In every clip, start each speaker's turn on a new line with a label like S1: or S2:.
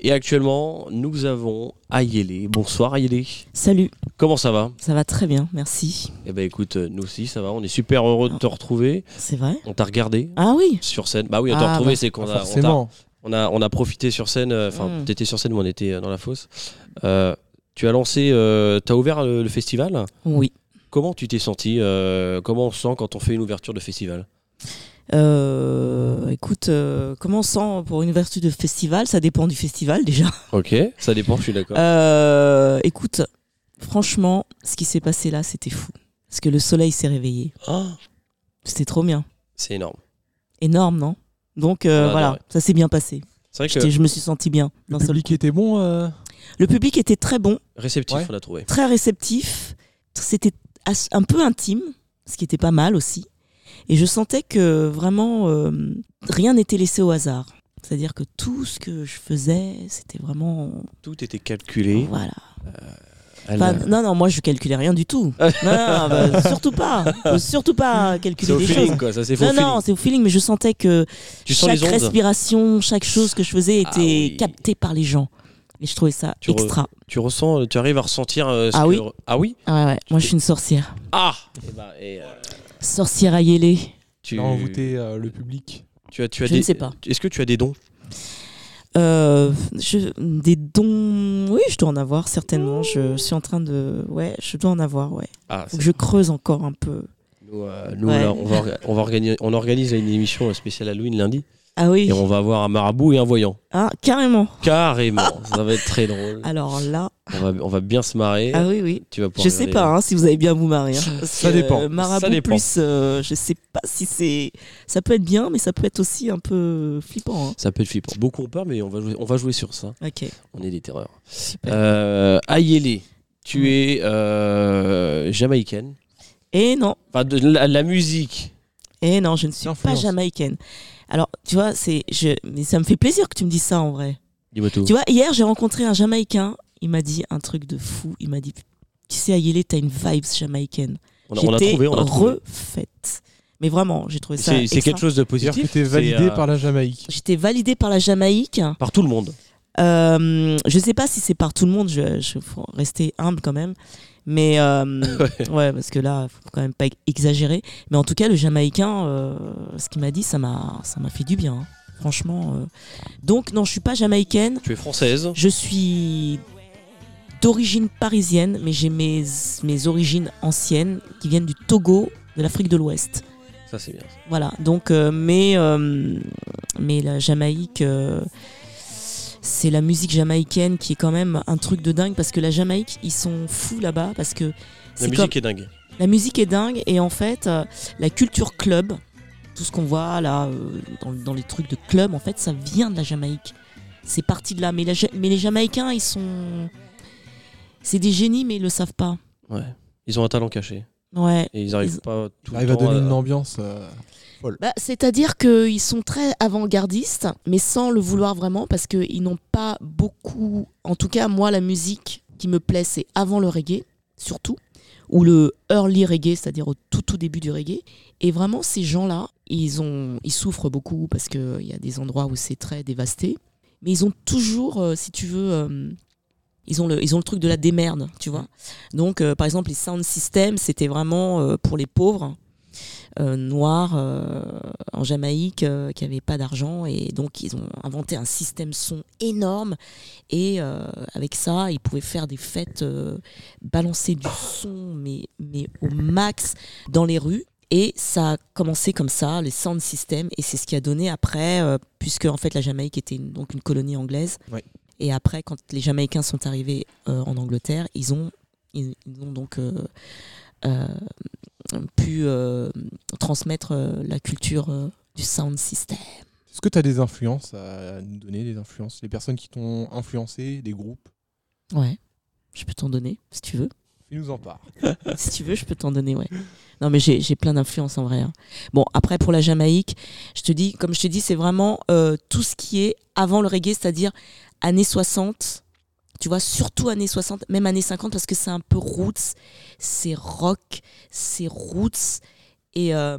S1: Et actuellement, nous avons Ayélé. Bonsoir Ayélé.
S2: Salut,
S1: Comment ça va
S2: ça va très bien, merci.
S1: Eh ben écoute, euh, nous aussi ça va. On est super heureux de te retrouver.
S2: C'est vrai
S1: On t'a regardé
S2: Ah oui
S1: sur scène. Bah oui, on t'a
S2: Ah,
S1: retrouvé,
S2: bah,
S1: c'est qu'on a, on t'a-
S3: Forcément.
S1: on a, on a profité sur scène. euh, Enfin,
S2: Mm.
S1: t'étais sur scène, mais on était euh, dans la fosse. Euh, tu as lancé, euh, t'as ouvert euh, le festival.
S2: Oui.
S1: Comment tu t'es senti euh, Comment on se sent quand on fait une ouverture de festival
S2: Euh, écoute, euh, comment on sent pour une vertu de festival Ça dépend du festival déjà.
S1: Ok, Ah. ça dépend, je suis d'accord.
S2: Euh, écoute, franchement, ce qui s'est passé là, c'était fou. Parce que le soleil s'est réveillé.
S1: Ah,
S2: C'était trop bien.
S1: c'est énorme.
S2: Énorme, non Donc euh,
S1: On a
S2: voilà,
S1: adoré.
S2: ça s'est bien passé.
S1: C'est vrai
S2: J'étais-
S1: que
S2: Je me suis senti bien.
S3: Le
S2: d'un seul
S3: public
S2: coup.
S3: était bon. euh,
S2: Le public était très bon,
S1: réceptif,
S3: Ouais.
S1: on a trouvé.
S2: très réceptif. C'était as- un peu intime, ce qui était pas mal aussi. Et je sentais que vraiment euh, rien n'était laissé au hasard. C'est-à-dire que tout ce que je faisais, c'était vraiment
S1: Tout était calculé.
S2: voilà.
S1: Elle,
S2: Enfin,
S1: euh,
S2: non, non, moi je calculais rien du tout. non, non, bah, surtout pas, Faut surtout pas
S1: c'est
S2: calculer
S1: au
S2: des
S1: feeling,
S2: choses.
S1: quoi. Ça, c'est faux
S2: Non,
S1: feeling.
S2: non, c'est au feeling, mais je sentais que
S1: Tu sens
S2: chaque
S1: les ondes
S2: respiration, chaque chose que je faisais était
S1: Ah oui.
S2: captée par les gens. Et je trouvais ça
S1: Tu re-
S2: extra.
S1: Tu ressens, tu arrives à ressentir. euh, ce
S2: Ah
S1: que-
S2: oui.
S1: Ah oui.
S2: Ah ouais, ouais, moi je suis une sorcière.
S1: Ah. Eh ben, et, euh,
S2: Sorcière à Yélé.
S1: tu,
S3: a envoûté euh, le public.
S1: tu as, tu as
S2: Je
S1: des-
S2: ne sais pas.
S1: Est-ce que tu as des dons
S2: Euh, je- des dons, oui, je dois en avoir certainement. Je suis en train de, ouais, je dois en avoir, ouais.
S1: Ah.
S2: Faut que je creuse encore un peu.
S1: Nous, euh, nous,
S2: Ouais.
S1: là, on va, orga- on va organiser, on organise là, une émission spéciale Halloween lundi
S2: Ah oui,
S1: et on va avoir un marabout et un voyant.
S2: ah, carrément.
S3: Mmh.
S1: Carrément.
S2: Ah.
S1: ça va être très drôle.
S2: Alors là,
S1: On va, on va bien se marrer.
S2: ah oui, oui.
S1: Tu vas pouvoir euh,
S2: Je sais
S1: regarder.
S2: pas hein, si vous avez bien vous marier. hein, parce
S3: Ça
S2: que,
S3: dépend.
S2: euh, Marabout
S1: Ça dépend.
S2: plus, euh, je sais pas si c'est, ça peut être bien, mais ça peut être aussi un peu flippant. hein.
S1: Ça peut être flippant. Beaucoup ont peur, mais on va jouer, on va jouer sur ça.
S2: Ok.
S1: On est des terreurs.
S2: Super.
S1: Euh, Ayélé, tu
S2: Mm.
S1: es euh, jamaïcaine.
S2: Et non,
S1: Enfin, de la, la musique.
S2: et non, je ne suis pas
S3: Influence.
S2: jamaïcaine. Alors, tu vois, c'est, je, mais ça me fait plaisir que tu me dises ça en vrai.
S1: Dis-moi tout.
S2: Tu vois, hier, j'ai rencontré un Jamaïcain. Il m'a dit un truc de fou. Il m'a dit Tu sais, Ayele, t'as une vibe jamaïcaine.
S1: On a, on a
S2: J'étais
S1: trouvé, on a trouvé.
S2: refaite. Mais vraiment, j'ai trouvé ça.
S1: C'est c'est
S2: extra.
S1: quelque chose de
S3: C'est-à-dire
S1: positif.
S3: que t'es
S1: c'est,
S3: validé
S1: euh,
S3: par la Jamaïque.
S2: J'étais validée par la Jamaïque.
S1: par tout le monde.
S2: Euh, je sais pas si c'est par tout le monde. Je, je faut rester humble quand même. Mais euh, ouais, parce que là, faut quand même pas exagérer. Mais en tout cas, le Jamaïcain, euh, ce qu'il m'a dit, ça m'a, ça m'a fait du bien. hein. Franchement. euh. Donc non, je suis pas jamaïcaine.
S1: Tu es française.
S2: Je suis d'origine parisienne, mais j'ai mes, mes origines anciennes qui viennent du Togo, de l'Afrique de l'Ouest.
S1: Ça, c'est bien.
S2: Voilà, donc, euh, mais, euh, mais la Jamaïque, euh, c'est la musique jamaïcaine qui est quand même un truc de dingue parce que la Jamaïque, ils sont fous là-bas parce que
S1: La
S2: c'est
S1: musique
S2: comme-
S1: est dingue.
S2: la musique est dingue et en fait, euh, la culture club, tout ce qu'on voit là euh, dans, dans les trucs de club, en fait, ça vient de la Jamaïque. C'est parti de là. Mais, la Ja- mais les Jamaïcains, ils sont. C'est des génies, mais ils le savent pas.
S1: Ouais. Ils ont un talent caché
S2: Ouais.
S1: et ils n'arrivent
S2: Ils-
S1: pas tout
S3: Il
S1: le
S3: arrive à
S1: temps.
S3: donner
S1: à-
S3: une ambiance. euh,
S2: Bah, C'est-à-dire qu'ils sont très avant-gardistes, mais sans le vouloir vraiment, parce qu'ils n'ont pas beaucoup. En tout cas, moi, la musique qui me plaît, c'est avant le reggae, surtout, ou le early reggae, c'est-à-dire au tout, tout début du reggae. Et vraiment, ces gens-là, ils, ont, ils souffrent beaucoup parce qu'il y a des endroits où c'est très dévasté, mais ils ont toujours, euh, si tu veux. euh, ils ont, le, ils ont le truc de la démerde, tu vois. Donc, euh, par exemple, les sound systems, c'était vraiment euh, pour les pauvres euh, noirs euh, en Jamaïque euh, qui n'avaient pas d'argent et donc ils ont inventé un système son énorme et euh, avec ça ils pouvaient faire des fêtes, euh, balancer du son mais, mais au max dans les rues. Et ça a commencé comme ça, les sound systems, et c'est ce qui a donné après, euh, puisque en fait la Jamaïque était une- donc une colonie anglaise.
S3: Ouais.
S2: Et après, quand les Jamaïcains sont arrivés euh, en Angleterre, ils ont, ils, ils ont donc euh, euh, pu euh, transmettre euh, la culture euh, du sound system.
S3: Est-ce que tu as des influences euh, à nous donner, des influences Des personnes qui t'ont influencé, des groupes
S2: Ouais. Je peux t'en donner, si tu veux.
S3: Ils nous en parlent.
S2: si tu veux, je peux t'en donner, ouais. Non, mais j'ai j'ai plein d'influences en vrai. hein. Bon, après, pour la Jamaïque, je te dis, comme je te dis, c'est vraiment euh, tout ce qui est avant le reggae, c'est-à-dire années 60. Tu vois, surtout années 60, même années 50, parce que c'est un peu roots, c'est rock, c'est roots. Et, euh,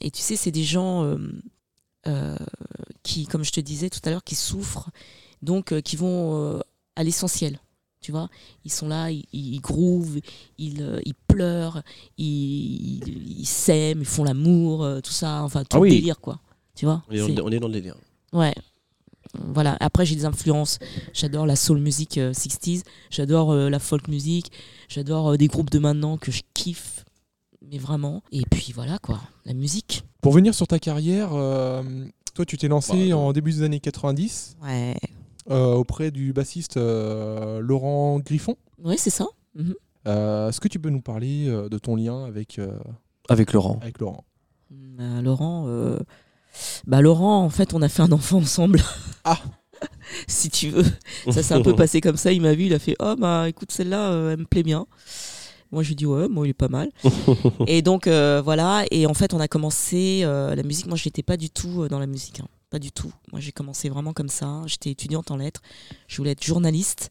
S2: et tu sais, c'est des gens euh, euh, qui, comme je te disais tout à l'heure, qui souffrent donc euh, qui vont euh, à l'essentiel. Tu vois, ils sont là, ils, ils groovent, ils, euh, ils pleurent, ils, ils- ils s'aiment, ils font l'amour, euh, tout ça, enfin tout
S1: Ah oui.
S2: le délire quoi. Tu vois
S1: On est,
S2: C'est-
S1: on est dans le délire.
S2: Ouais. Voilà. Après, j'ai des influences. J'adore la soul music euh, 60s. J'adore euh, la folk music. J'adore euh, des groupes de maintenant que je kiffe. Mais vraiment. Et puis voilà quoi. La musique.
S3: Pour venir sur ta carrière, euh, toi, tu t'es lancé
S1: Bah, euh,
S3: en début des années 90
S2: Ouais.
S3: euh, auprès du bassiste euh, Laurent Griffon.
S2: Ouais, c'est ça. Mhm.
S3: Euh, Est-ce que tu peux nous parler euh, de ton lien avec, euh,
S1: Avec Laurent.
S3: avec Laurent
S2: Bah, Laurent. euh, Bah, Laurent, en fait, on a fait un enfant ensemble.
S3: Ah.
S2: Si tu veux. Ça s'est un peu passé comme ça. Il m'a vu, il a fait Oh, bah écoute, celle-là, euh, elle me plaît bien. Moi, j'ai dit Ouais, moi, il est pas mal. et donc, euh, voilà. Et en fait, on a commencé euh, la musique. Moi, j'étais pas du tout euh, dans la musique. hein. Pas du tout. Moi, j'ai commencé vraiment comme ça. J'étais étudiante en lettres. Je voulais être journaliste.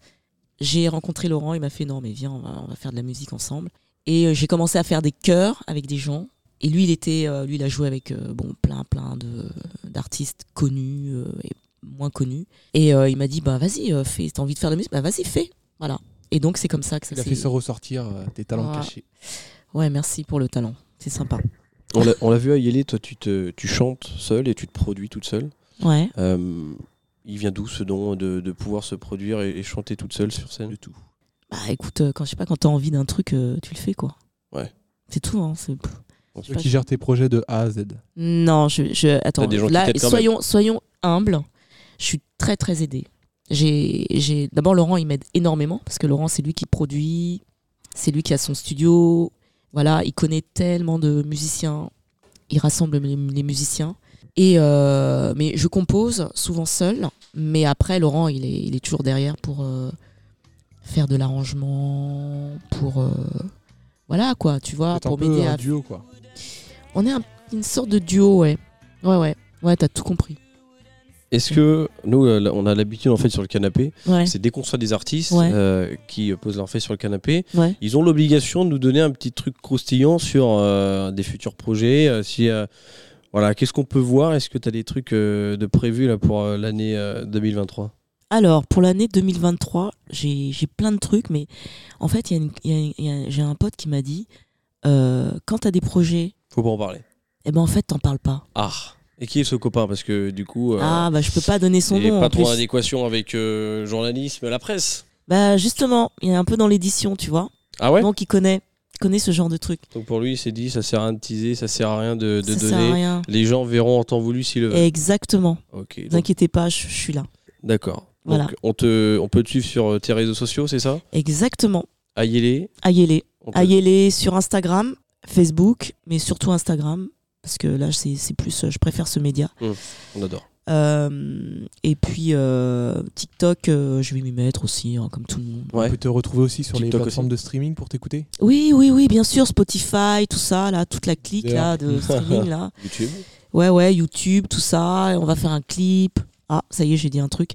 S2: J'ai rencontré Laurent. Il m'a fait Non, mais viens, on va, on va faire de la musique ensemble. Et euh, j'ai commencé à faire des chœurs avec des gens. Et lui, il était, euh, lui, il a joué avec euh, bon plein, plein de d'artistes connus euh, et moins connus. Et euh, il m'a dit, bah vas-y, euh, fais, t'as envie de faire de la musique, bah vas-y, fais. Voilà. Et donc c'est comme ça que ça
S3: Il a
S2: s'est
S3: fait se ressortir euh, tes talents
S2: Ah.
S3: cachés.
S2: Ouais, merci pour le talent. C'est sympa.
S1: On l'a- on l'a vu à Yélé, toi tu, te, tu chantes seul et tu te produis toute seule.
S2: Ouais.
S1: Euh, il vient d'où ce don de, de pouvoir se produire et, et chanter toute seule sur scène
S3: De tout.
S2: Bah écoute, euh, quand je sais pas, quand t'as envie d'un truc, euh, tu le fais quoi.
S1: Ouais.
S2: C'est tout, hein. c'est-
S3: Toi qui gères tes projets de A à Z.
S2: Non, je, je
S1: T'as
S2: attends.
S1: des gens qui
S2: Là,
S1: t'aident quand
S2: soyons, soyons humbles. Je suis très très aidée. J'ai, j'ai d'abord Laurent, il m'aide énormément parce que Laurent, c'est lui qui produit, c'est lui qui a son studio. Voilà, il connaît tellement de musiciens, il rassemble les, les musiciens. Et euh, mais je compose souvent seul, mais après Laurent, il est, il est toujours derrière pour euh, faire de l'arrangement, pour euh, voilà quoi, tu vois,
S3: C'est un
S2: Ah, pour
S3: peu
S2: m'aider
S3: un
S2: à
S3: duo, quoi.
S2: on est un- une sorte de duo, ouais. Ouais, ouais. Ouais, t'as tout compris.
S1: Est-ce que nous euh, là, on a l'habitude en fait sur le canapé,
S2: Ouais.
S1: c'est dès qu'on soit des artistes
S2: Ouais.
S1: euh, qui euh, posent leurs fesses sur le canapé,
S2: Ouais.
S1: ils ont l'obligation de nous donner un petit truc croustillant sur euh, des futurs projets. euh, si euh, voilà, qu'est-ce qu'on peut voir Est-ce que tu as des trucs euh, de prévus là pour euh, l'année euh, 2023
S2: Alors, pour l'année 2023, j'ai j'ai plein de trucs, mais en fait, il y a une- il y a une- il y a- j'ai un pote qui m'a dit euh, quand t'as des projets,
S1: Faut pas en parler.
S2: eh ben en fait, t'en parles pas.
S1: Ah. Et qui est ce copain Parce que du coup, euh,
S2: Ah, bah, je peux pas donner son
S1: c'est
S2: nom.
S1: pas
S2: en
S1: trop en
S2: plus.
S1: adéquation avec euh, journalisme, la presse.
S2: Bah, justement, il est un peu dans l'édition, tu vois.
S1: Ah ouais
S2: Donc, il connaît, il connaît ce genre de truc.
S1: Donc pour lui, il s'est dit, ça sert à rien de teaser, ça sert à rien de, de
S2: Ça sert à
S1: donner.
S2: rien.
S1: Les gens verront en temps voulu s'ils le veulent.
S2: Exactement.
S1: Ok,
S2: Ne vous
S1: donc-
S2: inquiétez pas, je je suis là.
S1: d'accord. Donc
S2: Voilà.
S1: on, te, on peut te suivre sur euh, tes réseaux sociaux, c'est ça
S2: Exactement.
S1: Ayélé
S2: Ayez-les.
S1: on peut-
S2: Ayez-les sur Instagram, Facebook, mais surtout Instagram, parce que là, c'est c'est plus, euh, je préfère ce média.
S1: On adore.
S2: Euh, et puis euh, TikTok, euh, je vais m'y mettre aussi, hein, comme tout le monde.
S1: Ouais.
S3: On peut te retrouver aussi sur les
S1: TikTok
S3: plateformes de streaming pour t'écouter.
S2: Oui, oui, oui, bien sûr, Spotify, tout ça, là, toute la clique là de streaming là.
S1: YouTube
S2: Ouais, ouais, YouTube, tout ça. et on va faire un clip. Ah, ça y est, j'ai dit un truc.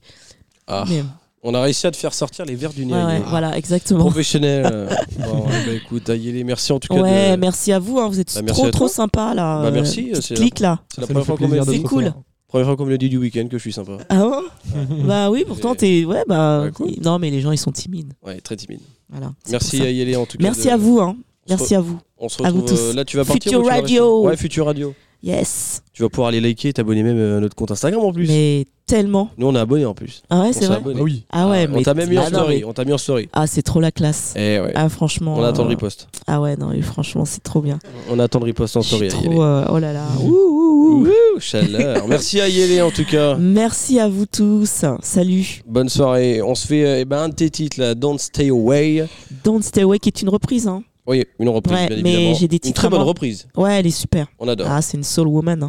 S1: Ah,
S2: Mais,
S1: on a réussi à te faire sortir les verres du nez.
S2: ouais, ouais,
S1: Ayélé.
S2: voilà, exactement.
S1: Professionnel. euh, bon, ouais, bah, écoute, Ayélé, merci en tout cas.
S2: Ouais,
S1: de-
S2: merci à vous, hein, vous êtes
S1: Bah, merci à
S2: trop,
S1: toi.
S2: trop sympa là.
S1: Bah,
S2: euh,
S1: merci,
S2: petite
S1: c'est-
S2: clique là.
S1: C'est la
S3: Ça nous
S1: première
S3: fait
S1: fois qu'on me
S3: plaisir
S1: le
S3: de
S1: dit.
S2: C'est
S3: te
S2: cool.
S3: recevoir.
S1: Première fois qu'on me le dit du week-end que je suis sympa.
S2: Ah ouais Bah oui,
S1: Et-
S2: pourtant t'es. Ouais, bah.
S1: Ouais, cool.
S2: Non, mais les gens ils sont timides.
S1: Ouais, très timide.
S2: Voilà. c'est
S1: Merci
S2: pour ça.
S1: Ayélé en tout cas.
S2: Merci
S1: de-
S2: à vous, hein.
S1: on se re-
S2: Merci à vous.
S1: On se
S2: à vous
S1: retrouve. euh,
S2: tous.
S1: Là, tu vas partir.
S2: Future
S1: ou tu vas rester
S2: Radio.
S1: Ouais, Future Radio.
S2: Yes.
S1: Tu vas pouvoir aller liker et t'abonner même euh, à notre compte Instagram en plus.
S2: Mais tellement.
S1: Nous, on est abonnés en plus.
S2: Ah ouais,
S1: On
S2: c'est
S1: s'est
S2: vrai.
S1: abonnés.
S3: Ah oui.
S2: Ah ouais,
S1: Ah,
S2: mais.
S1: On t'a même mis en
S2: Ah non,
S1: story.
S2: mais-
S1: On t'a mis en story.
S2: Ah, c'est trop la classe.
S1: Eh ouais.
S2: Ah, franchement.
S1: on attend le
S2: euh,
S1: riposte.
S2: Ah ouais, non, mais franchement, c'est trop bien.
S1: On attend le riposte en
S2: Je suis
S1: story. Ayélé.
S2: trop. euh, Oh là là. Ouh, ouh, ouh.
S1: Ouh, chaleur. Merci à Yélé en tout cas.
S2: Merci à vous tous. Salut.
S1: Bonne soirée. On se fait euh, eh ben, un de tes titres là, Don't Stay Away.
S2: Don't Stay Away qui est une reprise, hein.
S1: Oui, une reprise,
S2: Ouais,
S1: bien
S2: mais
S1: évidemment.
S2: j'ai des
S1: Une
S2: titres
S1: très
S2: à
S1: bonne
S2: moi.
S1: reprise.
S2: Ouais, elle est super.
S1: On adore.
S2: Ah, c'est une soul woman, hein.